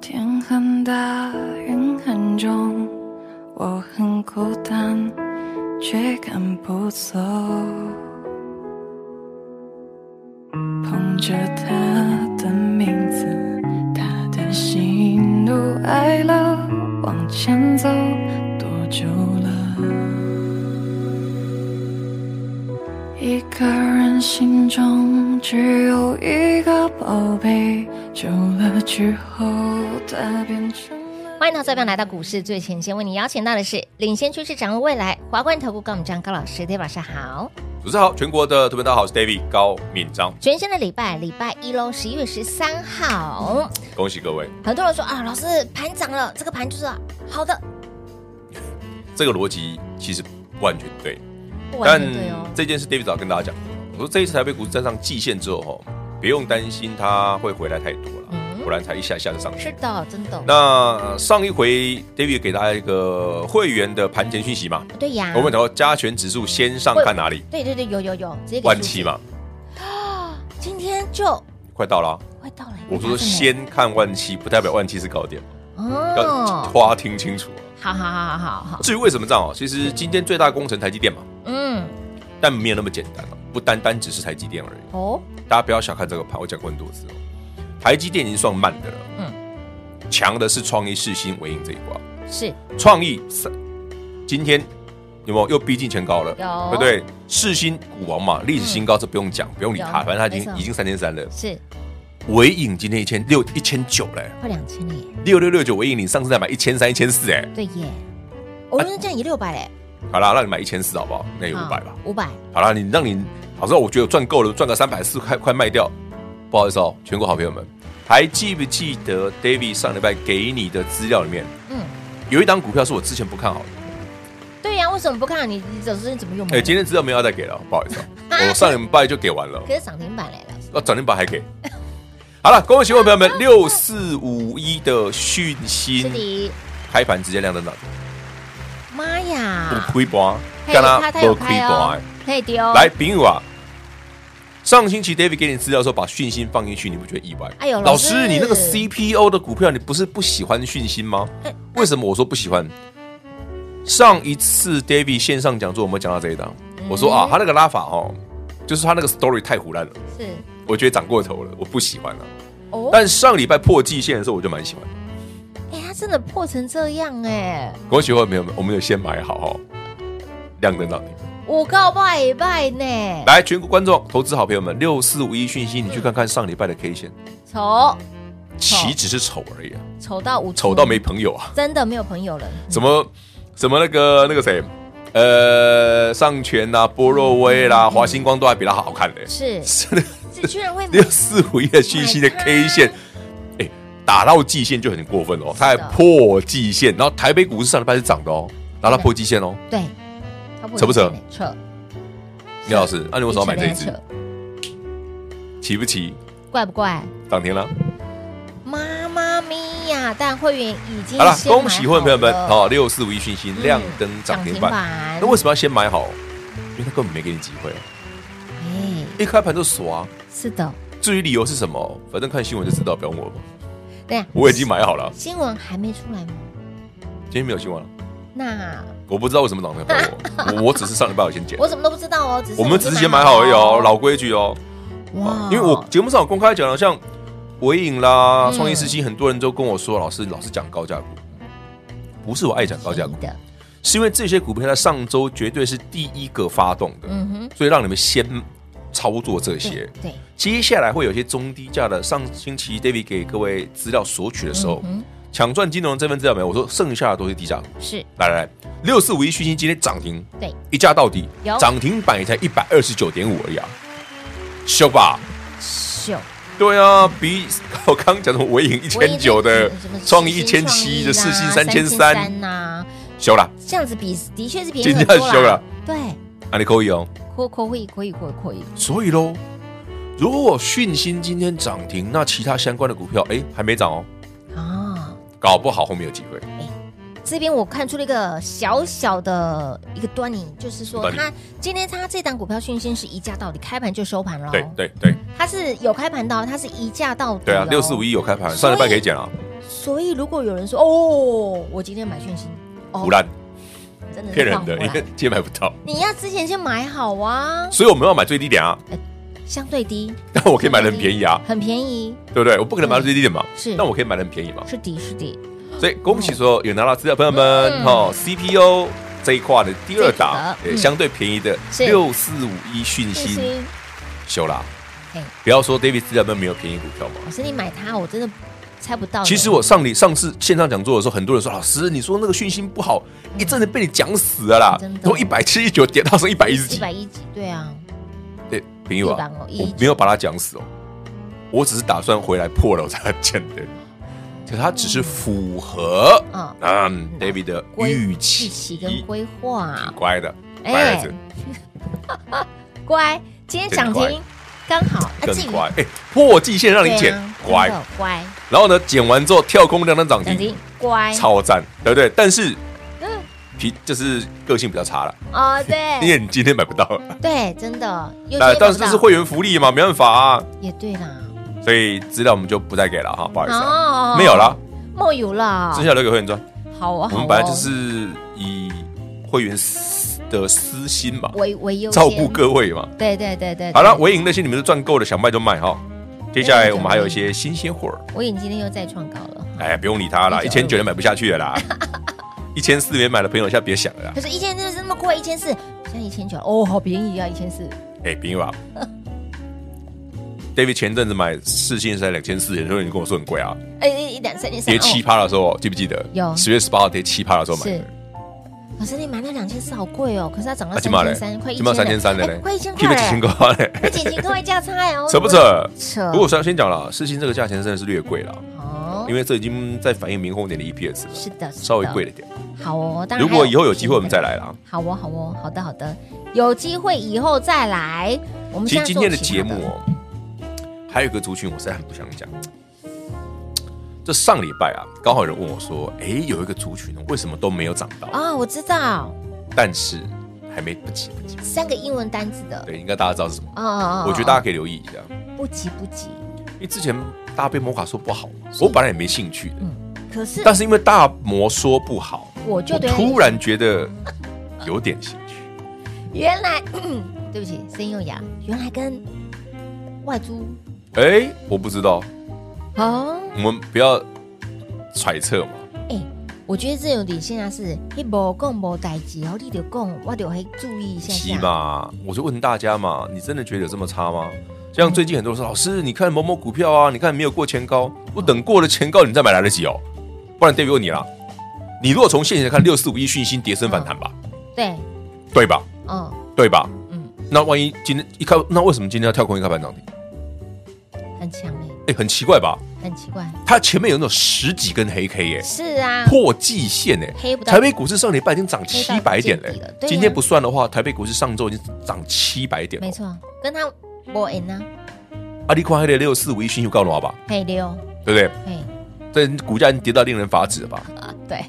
天很大，云很重，我很孤单，却赶不走。捧着他的名字，他的喜怒哀乐，往前走多久了？一个人心中只有一个宝贝，久了之后，它变成了。欢迎到这边来到股市最前线，为你邀请到的是领先趋势、掌握未来华冠投顾高敏章高老师，大家晚上好。主持人好，全国的特别大家好，我是 David 高敏章，全新的礼拜，礼拜一喽，十一月十三号。恭喜各位。很多人说啊，老师盘涨了，这个盘就是好的，这个逻辑其实不完全对，不完全对哦。这件事 David 早跟大家讲，我说这一次台北股市站上季线之后，哦，不用担心它会回来太多了，嗯果然才一下下的上是去。的，真的。那上一回 David 给大家一个会员的盘前讯息嘛，对呀，我们讲到加权指数先上看哪里？对对对，有有有，直接给万数字七嘛，今天就快到了啊、快到了。我说先看万七，不代表万七是高点，要哦，花听清楚好啊。好好好好好，至于为什么这样哦，其实今天最大工程台积电嘛，嗯，但没有那么简单哦，不单单只是台积电而已。哦，大家不要小看这个盘，我讲过很多次哦，台积电已经算慢的了，嗯，强的是创意、世新、伟影这一挂。是创意三，今天有没有又逼近前高了？有对不对？世新股王嘛，历史新高，这不用讲，不用理它，有反正它已没经错已经三千三了。是，伟影今天一千六一千九嘞，快两千了耶，六六六九伟影，你上次在买一千三一千四哎，对耶，我们这样也六百嘞，啊好啦，让你买一千四好不好？那有五啊百吧。五百好啦，你让你老师，我觉得我赚够了，赚个三百四块快卖掉。不好意思哦，全国好朋友们，还记不记得 David 上礼拜给你的资料里面，嗯嗯，有一档股票是我之前不看好的，对呀为什么不看好你你总是怎么用哎、今天资料没有要再给了，不 好意思、哦，我上礼拜就给完了，哦可是涨停板嘞，老师，那涨停板还给。好了，恭喜我 朋友们，六四五一的讯息是的，开盘直接亮灯涨停，妈呀不，啊亏盘，啊嘿干啦他他有不亏开盘哦。，可以丢，来，，丙友啊，上星期 David 给你资料的时候，把讯息放进去，你不觉得意外？哎呦老老师师，你那个 CPO 的股票，你不是不喜欢讯息吗？哎为什么我说不喜欢？上一次 David 线上讲座，我们讲到这一档，嗯我说啊，他那个拉法哦，就是他那个 story 太胡乱了，是我觉得涨过头了，我不喜欢了。啊哦，但上礼拜破季线的时候，我就蛮喜欢。哎，它真的破成这样哎，恭喜各位朋友们，我们有先买好哦，亮灯到你。我告拜拜呢，来，全国观众、投资好朋友们，六四五一讯息，你去看看上礼拜的 K 线。丑岂只是丑而已啊，丑到无处丑到没，朋友啊！真的没有朋友了，怎么怎么那个那个谁，呃，上泉啦、波若威啦、华星光都还比他好看嘞、是，是是居然 会买六四五一的讯息的 My God K 线，哎，打到季线就很过分哦，它还是的破季线，然后台北股市上礼拜是涨的哦，然后它破季线哦，对，它破扯不扯一千嘞？扯，廖老师，那、你为什么要买这扯一只扯？奇不奇？怪不怪？涨停了，妈妈咪呀！但会员已经好了，先买嗯恭喜会员朋友们了哦，六四五一讯息嗯亮灯涨停板。那为什么要先买好？因为他根本没给你机会啊，哎，一开盘就锁啊。是的，至于理由是什么，反正看新闻就知道，不用我嘛。对呀，我已经买好了，新闻还没出来吗？今天没有新闻了，那我不知道为什么涨停板 我，我我只是上礼拜有先减，我怎么都不知道哦，只是我们只是先先买好而已哦，老规矩哦。哇因为我节目上有公开讲了，像伟影啦、嗯创意时期，很多人都跟我说，老师老是讲高价股，不是我爱讲高价股便宜，的，是因为这些股票在上周绝对是第一个发动的，嗯哼，所以让你们先操作这些对。对，接下来会有一些中低价的，上星期 David 给各位资料索取的时候，嗯抢赚金融这份资料没有？我说剩下的都是低价股。哼，是来来来，六四五一讯息今天涨停，对，一价到底有，涨停板也才一百二十九点五而已啊，秀吧！秀，对啊，比我刚刚讲什么尾影一千九的什么，创意一千七的，四星三千三，呐，修啦，这样子比的确是便宜今很天多修啦啦。对，啊，你可以哦。可可以可以可以可以，所以喽，如果讯星今天涨停，那其他相关的股票哎还没涨哦，哦，搞不好后面有机会。这边我看出了一个小小的一个端倪，就是说端倪它今天它这档股票讯息是一价到底，开盘就收盘了。对，对对它是有开盘到，它是一价到底。哦对啊，六四五。一有开盘，上礼拜可以讲啊，所以如果有人说哦，我今天买讯息，哦胡乱真的是骗人放 的，胡因乱为今天买不到，你要之前先买好啊，所以我们要买最低点啊，哎相对低， 但我可以买的很便宜啊，很便宜，对不对？我不可能买到最低点嘛，嗯是但我可以买的很便宜嘛。是底是底。所以恭喜所有有拿到资料的朋友嗯们，哦哈，CPU 这一块的第二档这一，个嗯也相对便宜的是六四五一讯息修啦嘿。不要说 David 资料们没有便宜股票嘛。老师，你买它，我真的猜不到呢。其实我上你上次线上讲座的时候，很多人说老师，你说那个讯息不好，一阵子被你讲死了啦嗯真的，从一百七十九跌到剩一百一十一几，百一几，对啊，对，朋友一百啊哦，一我没有把它讲死哦，我只是打算回来破了我才来讲的，可它只是符合嗯嗯 David 的规预预期跟期，规哎划，啊乖的乖儿子。乖，今天涨更停乖刚好，啊更至于乖，哎、破季线让你对减，啊乖。真的乖，然后呢，减完之后跳空两张涨涨停停，乖，超赞，对不对？但是嗯皮就是个性比较差了，哦，因对为你今天买不到，对，真的，有但些但是这找是不到会员福利嘛，没办法啊，也对啦，所以资料我们就不再给了哈，不好意思、啊，哦没有啦，没有啦，剩下留给会员赚。好啊，我好们哦本来就是以会员私的私心嘛，为为优先照顾，各位嘛。对对对对，对好了，尾影那些你们都赚够了，想卖就卖哈。接下来我们还有一些新鲜货儿。我眼今天又再创高了，哎，不用理他啦，一千九也买不下去 了啦，一千四没买的朋友现在别想了啦。可是一千真的是那么贵，一千四，现在一千九，哦，好便宜啊，一千四，哎，朋友啊，David 前阵子买四星才两千四，有时候你跟我说很贵啊，哎，一两三点三，哦跌七趴的时候，记不记得？有十月十八号跌七趴的时候买是哦的，。老师，你买那两千四好贵哦，可是它涨到啊三今嘛嘞千三，快一今嘛千3300嘞哎快一千记块不嘞，记清高嘞？哎姐姐各位价差 哦，扯不扯？扯不过我先先讲了，四星这个价钱真的是略贵了，哦因，为这已经在反映明后年的 EPS 了，是的，是的稍微贵了点。好哦，当然如果以后有机会，我们再来。来啦。好哦，好哦，好的，好的，有机会以后再来。我们其实现在今做天的其节他目哦，还有一个族群，我实在很不想讲。这上礼拜啊，刚好有人问我说：“诶，有一个族群哦为什么都没有涨到？啊、我知道但是还没不急不急。三个英文单字的”，对，应该大家知道是什么。哦哦我觉得大家可以留意一下，不急不急，因为之前大家被摩卡说不好，我本来也没兴趣的，可是 但是因为大摩说不好，我就我对突然觉得有点兴趣。原来 对不起，声音又哑，原来跟外租诶，我不知道，啊哦，我们不要揣测嘛。哎、我觉得这有点现在是一无讲无代志，然后你就讲，我就会注意一下急下。嘛，我就问大家嘛，你真的觉得有这么差吗？像最近很多人说，老师，你看某某股票啊，你看没有过前高，我等过了前高，你再买来得及哦。不然 David 问你啦，你如果从现在看六四五一讯息跌升反弹吧，对，对吧？哦，对吧？嗯，那万一今天一开，那为什么今天要跳空一开盘涨停？很强哎、哎，很奇怪吧？很奇怪。它前面有那种十几根黑 K 耶、是啊，破季线哎、黑不到台北股市上礼拜已经涨七百点嘞、黑到见底了对啊今天不算的话，台北股市上周已经涨七百点了没。错，跟他无缘啊，阿里宽黑的六四五一讯息告诉我吧，嘿六，对不对？嘿这股价已经跌到令人发指了吧？啊，对，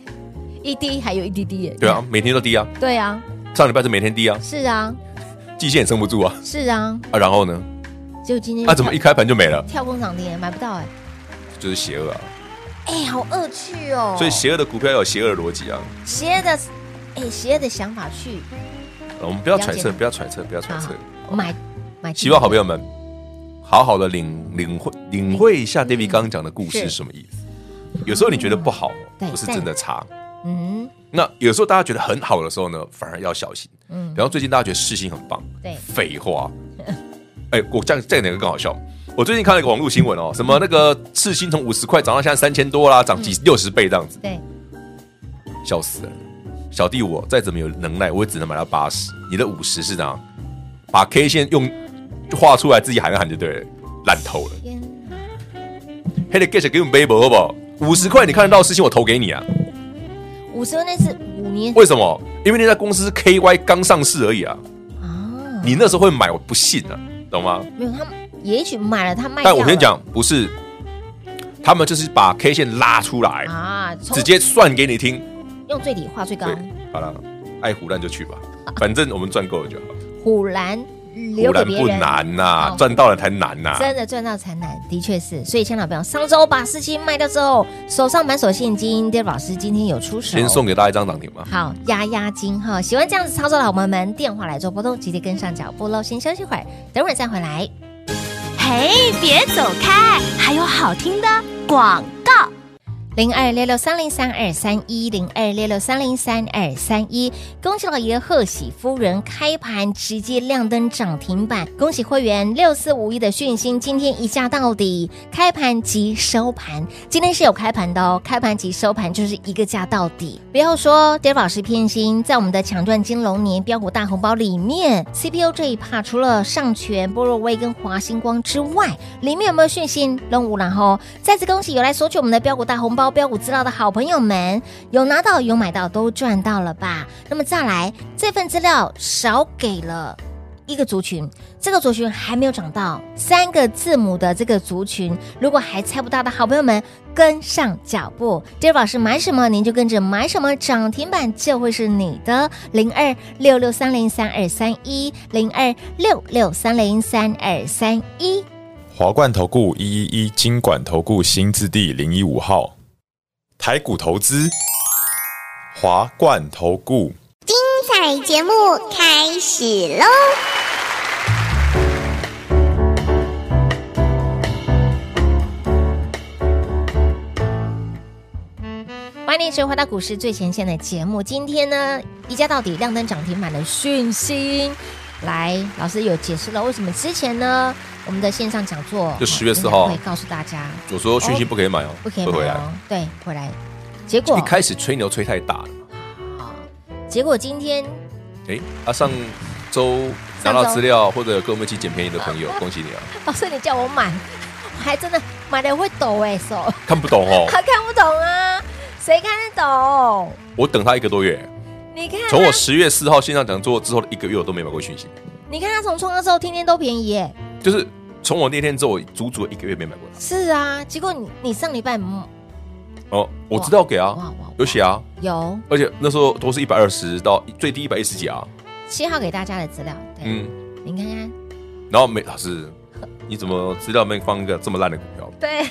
一滴还有一滴滴耶。对啊，，每天都低啊，对啊，上礼拜是每天低啊，是啊，季线也撑不住啊是啊，啊，然后呢？就今天啊，怎么一开盘就没了？跳空涨停也买不到哎，就是邪恶啊！哎，好恶趣哦。所以邪恶的股票要有邪恶的逻辑啊！邪恶的，哎，邪恶的想法去我们不要揣测，了解不要揣测，不要揣好测。买买，希望好朋友们好好的领领会领会一下 David 刚刚讲的故事是是什么意思。有时候你觉得不好对，不是真的差。嗯，那有时候大家觉得很好的时候呢，反而要小心。嗯嗯，然后最近大家觉得世新很棒，对废话。 哎，我这样这样哪个更好笑？我最近看了一个网络新闻哦，什么那个世新从五十块涨到现在三千多啦，涨几六十倍这样子，对，笑死人。小弟我再怎么有能耐，我也只能买到八十，你的五十是哪？把 K 线用画出来自己喊一喊就对了，烂透了。天黑的 get 给我们背博好不好？五十块你看得到的事情，我投给你啊！五十万那是五年为什么？因为那家公司 KY 刚上市而已啊！啊，你那时候会买，我不信啊，懂吗？没有他们也许买了他卖掉但了，我跟你讲，不是，他们就是把 K 线拉出来，啊，从直接算给你听。用最底画最高对，，好了，爱胡乱就 去吧，反正我们赚够了就好。虎兰胡留给乱别不人难呐、哦赚到了才难呐、真的赚到才难，的确是。所以，千万不要上周把事情卖掉之后，手上满手现金。Dave 老师今天有出手，先送给大家一张涨停吧。好压压惊哈。喜欢这样子操作的好朋友们，电话来做波动，直接跟上脚步喽。先休息会儿，等会儿再回来。嘿，别走开，还有好听的广告。零二六六三零三二三一零二六六三零三二三一，恭喜老爷贺喜夫人开盘直接亮灯涨停板，恭喜会员六四五一的讯星今天一价到底，开盘即收盘，今天是有开盘的哦，开盘即收盘就是一个价到底。不要说 d a v 老师偏心，在我们的抢赚金龙年标股大红包里面，CPU 这一趴除了上权、波若威跟华星光之外，里面有没有讯息？龙五然后再次恭喜有来索取我们的标股大红包、标股资料的好朋友们，有拿到有买到都赚到了吧？那么再来这份资料少给了。一个族群，这个族群还没有涨到三个字母的这个族群，如果还猜不到的好朋友们，跟上脚步。d a 老师买什么，您就跟着买什么，涨停板就会是你的。零二六六三零三二三一，零二六六三零三二三一。华冠投顾一一一金管投顾新字第零一五号，台股投资，华冠投顾。彩节目开始喽！欢迎收回到股市最前线的节目。今天呢，一家到底亮灯涨停板的讯息，来，老师有解释了为什么之前呢，我们的线上讲座就10月4哦号会告诉大家我说讯息不可以买哦，不可以会回买来。哦，对，回来。结果一开始吹牛吹太大了，好，结果今天 哎，啊上周拿到资料或者跟我们一起捡便宜的 朋友，恭喜你啊！老师你叫我买， 我还真的买了会抖哎、手，看不懂哦，还 看不懂啊，谁看得懂？我等他一个多月，你看啊从我他，十月四号线上讲座之后的一个月，我都没买过讯息，你看他从创的时候天天都便宜耶、就是从我那天之后，我足足一个月没买过是啊，结果你你上礼拜嗯哦，我知道给啊哇哇哇，有写啊，有而且那时候都是一百二十到最低一百一十几啊，七号给大家的资料，对，嗯，你看看，然后没老师，你怎么资料里面放一个这么烂的股票？对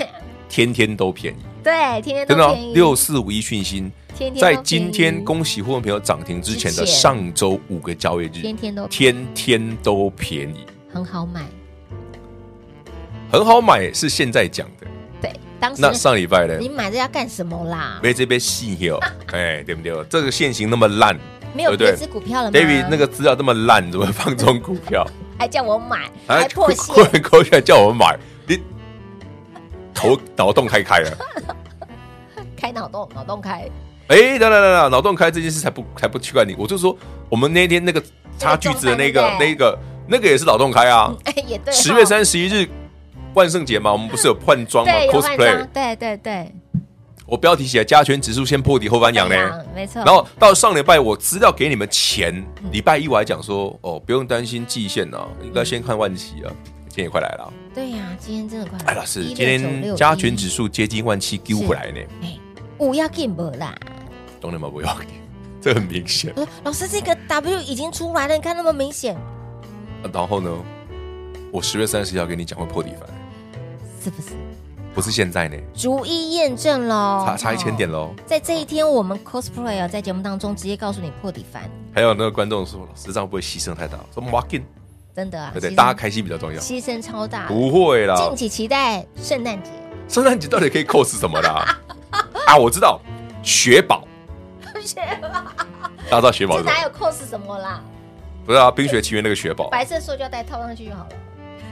天天都便宜，对，天天都真的哦便宜，六四五一讯息，天天都在便宜今天恭喜会员朋友涨停之前之前的上周五个交易日，天天都天天都便宜，很好买，很好买，是现在讲的。对，当时那上礼拜呢你，买这要干什么啦？没这边细 哦，哎，对不对？这个现行那么烂，没有对不对别只股票了吗，David 那个资料这么烂，怎么放这种股票？还叫我买，啊 还破 会线，员口起来叫我买，你头脑洞开 开了。开脑洞，脑洞开， 哎，等等等等，脑洞开这件事才不才不奇怪你。我就说，我们那天那个插句子的那个那个状态对那不个那个也是脑洞开啊。哎，也对哦，十月三十一日万圣节嘛，我们不是有换装嘛对有换，cosplay 装，。对对对，我标题写加权指数先破底后翻阳呢。呢，没错，然后到上礼拜我资料给你们前嗯礼拜一我还讲说，哦，不用担心季线啊，应该先看万期嗯啊。今天也快来了啊，对呀，今天真的快，哎，老师， 1696今天加权指数接近万七丢回来呢，哎，五要 game 啦，懂了吗？不要， 这很明显。我说老师这个 W 已经出来了，你看那么明显，然后呢，我十月三十要跟你讲会破底翻，是不是？不是现在呢，逐一验证喽，差差一千点哦。喽。在这一天，我们 cosplay 啊，在节目当中直接告诉你破底翻，还有那个观众说，老师这样会不会牺牲太大？我说 marking，真的啊，对不牺对？牲大家开心比啊较重要。牺牲超大，不会啦，敬请期待圣诞节。圣诞节到底可以 cos 什么啦？啊，我知道，雪宝，雪宝，大家知道雪宝这是什哪么？有 cos 什么啦？不是啊，《冰雪奇缘》那个雪宝，白色塑胶袋套上去就好了。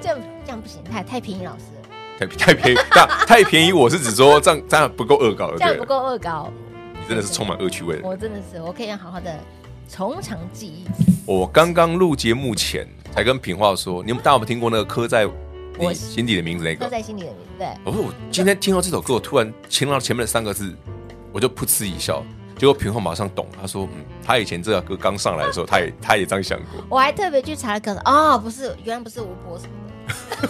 这样这样不行，太太便宜老师了，太 太便宜，那太便宜，我是指说这样这样不够恶搞的，这样对不了，够恶搞。你真的是充满恶趣味的。我真的是，我可以让好好的从长计议。我刚刚录节目前才跟品化说，你们大家有没有听过那个刻在我你心底的名字那刻个。哦在心里的名字。对，我说我今天听到这首歌，我突然听到前面的三个字，我就噗嗤一笑。结果平浩马上懂，他说：“嗯，他以前这首歌刚上来的 时候，他也他也这样想过，我还特别去查了个哦，不是，原来不是吴博什么的，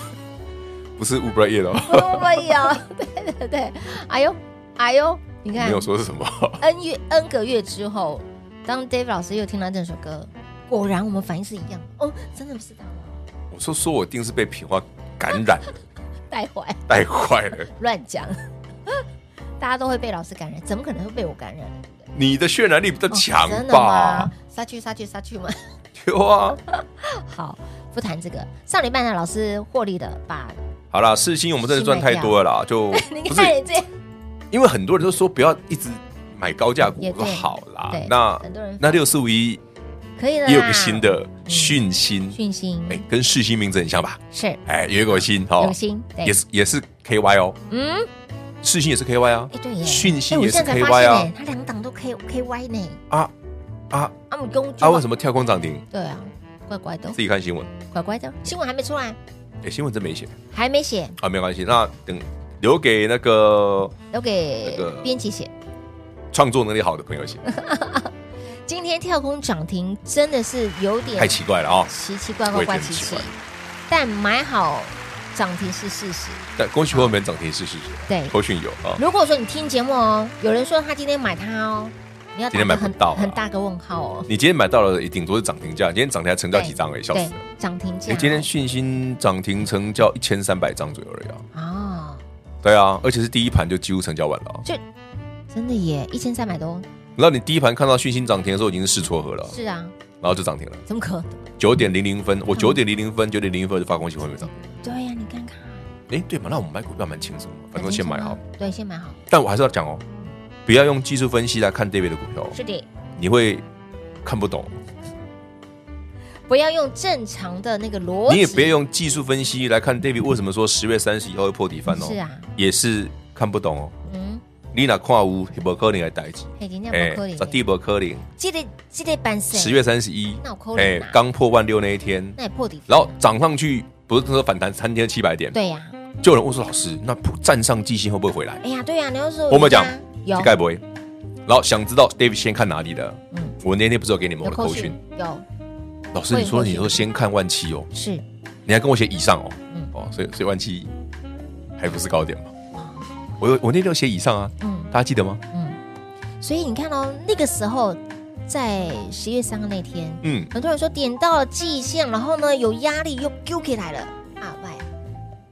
不是 Uber E 哦，不是吴博义哦， 对对对，哎呦哎呦，你看没有说是什么。 ，n 月 n 个月之后，当 Dave 老师又听到这首歌，果然我们反应是一样的，哦，真的不是他吗？”我说：“说我一定是被平浩感染了，带坏带坏了。乱讲， 大家都会被老师感染，怎么可能会被我感染？你的渲染力比较哦强真的吧吗？？杀去杀去杀去吗？ 有啊。好，不谈这个。上礼拜呢，老师获利的把，好啦，世新我们真的赚太多了啦，就 你不是看你这因为很多人都说不要一直买高价股，也我说对好啦对，那很多人那六四五一可以了啦，也有个新啊的讯嗯星，讯息，哎，跟世新名字很像吧？是哎，有一个新哦有，心，对也，是也是 KY 哦，嗯，世新也是 KY 啊哎，对耶，讯息哎我也是现在才发 KY 啊现耶他两档都 K K Y 呢，啊啊啊，我们公啊！为什么？么跳空涨停？对啊，乖乖的自，己看新闻，乖乖的，哦新闻还没出来，哎，新闻真没写还没写，啊，没有关系，那等留给那个留给那个编辑写。创作能力好的朋友 写，今天跳空涨停真的是有点太奇怪了啊！奇奇怪我怪也觉怪得奇很奇奇怪，但买好涨停是事实。但恭喜朋友们涨停是事实，对扣讯有啊，如果说你听节目哦，有人说他今天买它哦，你要打今天买个不很到啊很大个问号哦。你今天买到了，顶多是涨停价，今天涨停还成交几张哎，笑死对了。，涨停价你哦。今天讯息涨停成交一千三百张左右而已啊。啊，对啊，而且是第一盘就几乎成交完了啊、真的耶，一千三百多，然后你第一盘看到讯息涨停的时候已经是试撮合了，是嗯啊，然后就涨停了，怎么可能？九点零零分，我九点零零分，九点零零分就发恭喜会员涨停。对呀，你看看，哎，对嘛，那我们买股票蛮轻松的，嗯反正先买好。，对，先买好，但我还是要讲哦，不要用技术分析来看 David 的股票哦，是的，你会看不懂。不要用正常的那个逻辑，你也别用技术分析来看 David 为什么说十月三十以后会破底翻哦，是啊，也是看不懂哦。嗯，你哪看有那不可能的代志？嘿，人家不可能十耶，地不可能。记得记得办事，哎十月三十一那有可能，啊哎，刚破万六那一天，那也破底翻了，然后涨上去，不是说反弹三天七百点，对呀，就有人问说老师，那普站上季星会不会回来？哎呀，对呀，你要说我们讲人家这该有不会。然后想知道 David 先看哪里的？嗯我那天不是有给你们我有的扣扣讯讯？，有老师，会你说会你说先看万七哦，是你还跟我写以上哦嗯，哦，所以所以万七还不是高点嘛？哦我有我那天有写以上啊，嗯大家记得吗？嗯，所以你看哦，那个时候在十月三号那天，嗯，很多人说点到了季线，然后呢有压力又揪起来了啊喂，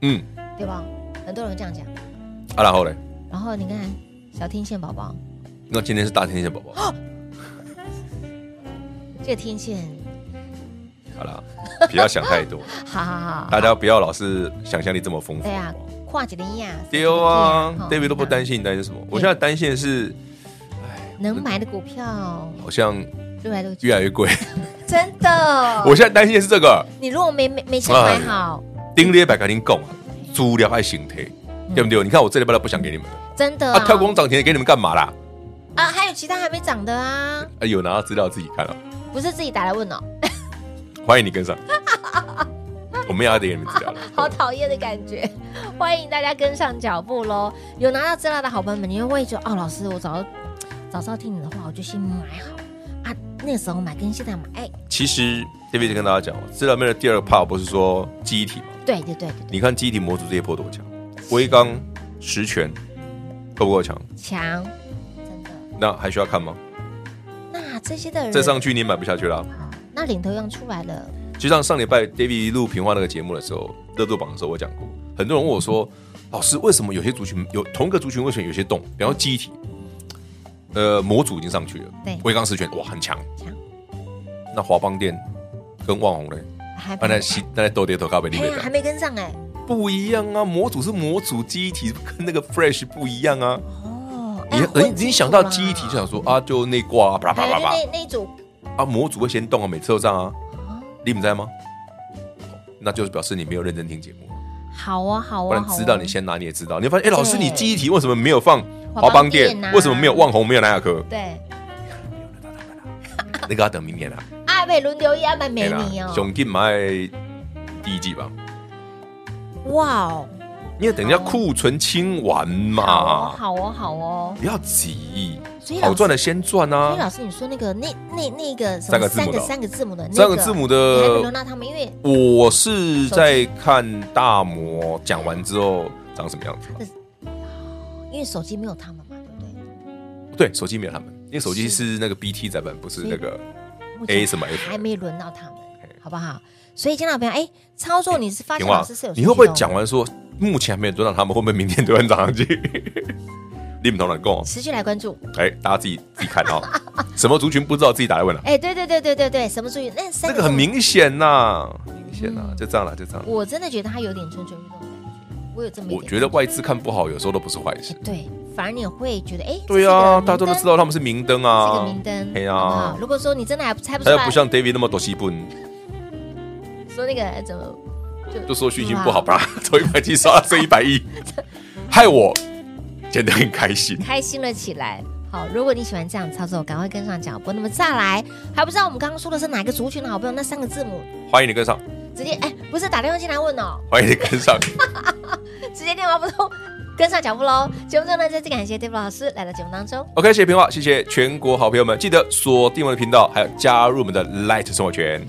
嗯，对吧？很多人这样讲。啊然后嘞，然后你看小天线宝宝，那今天是大天线宝宝，这个天线，好啦，不要想太多，好好 好，大家不要老是想象力这么丰富。对啊，跨几零呀，丢啊三几零，David 都不担心，心，你担心什嗯么？我现在担心的是，能买的股票好像越来越越来越贵。真的。 我现在担心的是哎这个，你如果没没没先买好，丁力百跟您讲，猪料爱形态，嗯对不对？你看我这礼拜都不想给你们了真的啊，跳空涨停给你们干嘛啦？啊，还有其他还没涨的啊，啊有拿到资料自己看了，不是自己打来问哦， 欢迎你跟上。我们也要给你们资料了。好讨厌的感觉。欢迎大家跟上脚步喽！有拿到资料的好朋友们，你会觉得哦，老师，我早早知道听你的话，我就先买好啊。那时候买跟现在买，哎，其实 David 跟大家讲，资料面的第二个 part 不是说记忆体吗？对对对对你看记忆体模组这一波多强，微刚、实权够不够强？对，强，真的。那还需要看吗？那这些的人，再上去你也买不下去啦。好那领头羊出来了，就像上礼拜 David 录平话那个节目的时候，热度榜的时候，我讲过，很多人问我说，老师为什么有些族群有同一个族群为什么有些动？比方说记忆体，呃，模组已经上去了，对微刚实权哇很强，强，那华邦店跟万红嘞，还没那那西那豆跌头咖啡里哎面呀，还的啊没跟上哎。不一样啊，模组是模组，记忆体跟那个 Fresh 不一样啊。哦，哎你呀呃你想到记忆体，就，混想说啊，就内挂啊，啪啪清楚啪啦啪哎那那一组啪啊，模组会先动啊，每次都这样啊，哦你们在吗？那就是表示你没有认真听节目。好啊好不啊，然好啊知道你先拿你也知道，你会发现哎，老师对你记忆体为什么没有放华华邦邦店店啊？为什么没有万红？没有南亚科？对，那个要等明年啊啦， 爱美轮流一，爱美美哦哎啦你哦，熊进买第一季吧，哇哦，因为等一下库存清完好哦，嘛，好哦，好哦。不要急所以，老师好赚的先赚所啊以。老师，你说那个那那那个什三么个字母三个的哦三个字母的那三个字母你还没的轮到他们，因为我是在看大魔讲完之后长什么样子吧。因为手机没有他们嘛，对不对？对，手机没有他们，因为手机是那个 BT 载版，不是那个嗯目前 A 什么 F。还没轮到他们，好不好？所以，亲爱的朋友，哎，操作你是发现平老话师是有，哦你会不会需求讲完说目前还没有轮到他们，会不会明天突然涨上去？ 你们同人讲，持续来关注？哎，大家自己自己看 哦。什么族群不知道自己打来问啊？哎，对对对对对对，什么注意？那三嗯这个字很母明显呐，明显呐，就这样了，就这样了。我真的觉得他有点蠢蠢欲动的感觉，我有这么一点我觉得外资看不好，有时候都不是坏事。对，反而你会觉得哎，对啊，大家都知道道他们是明灯这个啊明，灯，哎呀好不好如果说你真的还猜不出他又来，不像 David 那么多西本，说那个怎么就说讯息不好吧，从一百七杀到剩一百一，害我觉得很开心。开心了起来。好，如果你喜欢这样操作，赶快跟上脚步。那么再来，还不知道我们刚刚说的是哪个族群的好朋友？那三个字母欢迎你跟上，直接哎，不是打电话进来问哦，欢迎你跟上。直接电话不通，跟上脚步喽。节目最后呢，再次感谢 David 老师来到节目当中。 OK，谢谢平话，谢谢全国好朋友们，记得锁定我们的频道，还有加入我们的 Light 生活圈。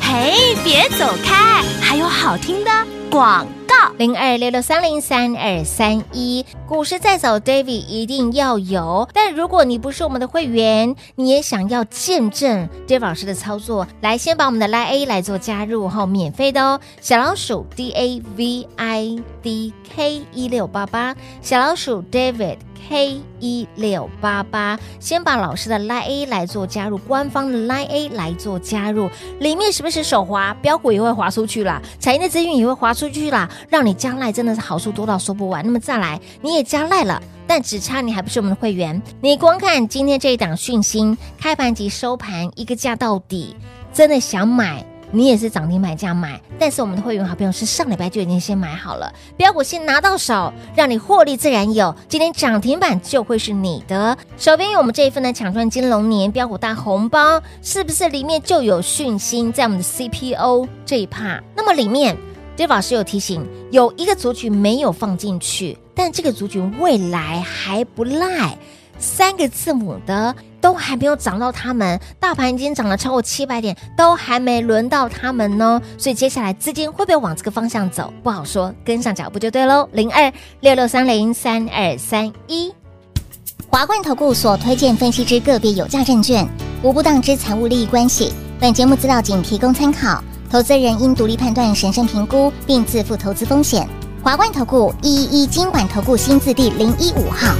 嘿，别走开，还有好听的广告。零二六六三零三二三一。股市在走，David 一定要有。但如果你不是我们的会员，你也想要见证 David 老师的操作，来先把我们的 Line A 来做加入哈，免费的哦。小老鼠 D A V I D K 一六八八，小老鼠 David。K 一六八八，先把老师的 Line A 来做加入，官方的 Line A 来做加入，里面是不是手滑，标股也会滑出去啦，产业的资讯也会滑出去啦，让你加赖真的是好处多到说不完。那么再来，你也加赖了。但只差你还不是我们的会员，你光看今天这一档讯星开盘及收盘一个价到底，真的想买，你也是涨停买价买，但是我们的会员好朋友是上礼拜就已经先买好了，标股先拿到手，让你获利自然有。今天涨停板就会是你的。手边有我们这一份的抢赚金龙年标股大红包，是不是里面就有讯息在我们的 CPO 这一趴？那么里面。对老师有提醒，有一个族群没有放进去，但这个族群未来还不赖。三个字母的都还没有涨到他们，大盘已经涨了超过七百点，都还没轮到他们呢。所以接下来资金会不会往这个方向走，不好说，跟上脚步就对喽。零二六六三零三二三一。华冠投顾所推荐分析之个别有价证券，无不当之财务利益关系。本节目资料仅提供参考，投资人应独立判断、审慎评估，并自负投资风险。华冠投顾一一一金管投顾新字第零一五号。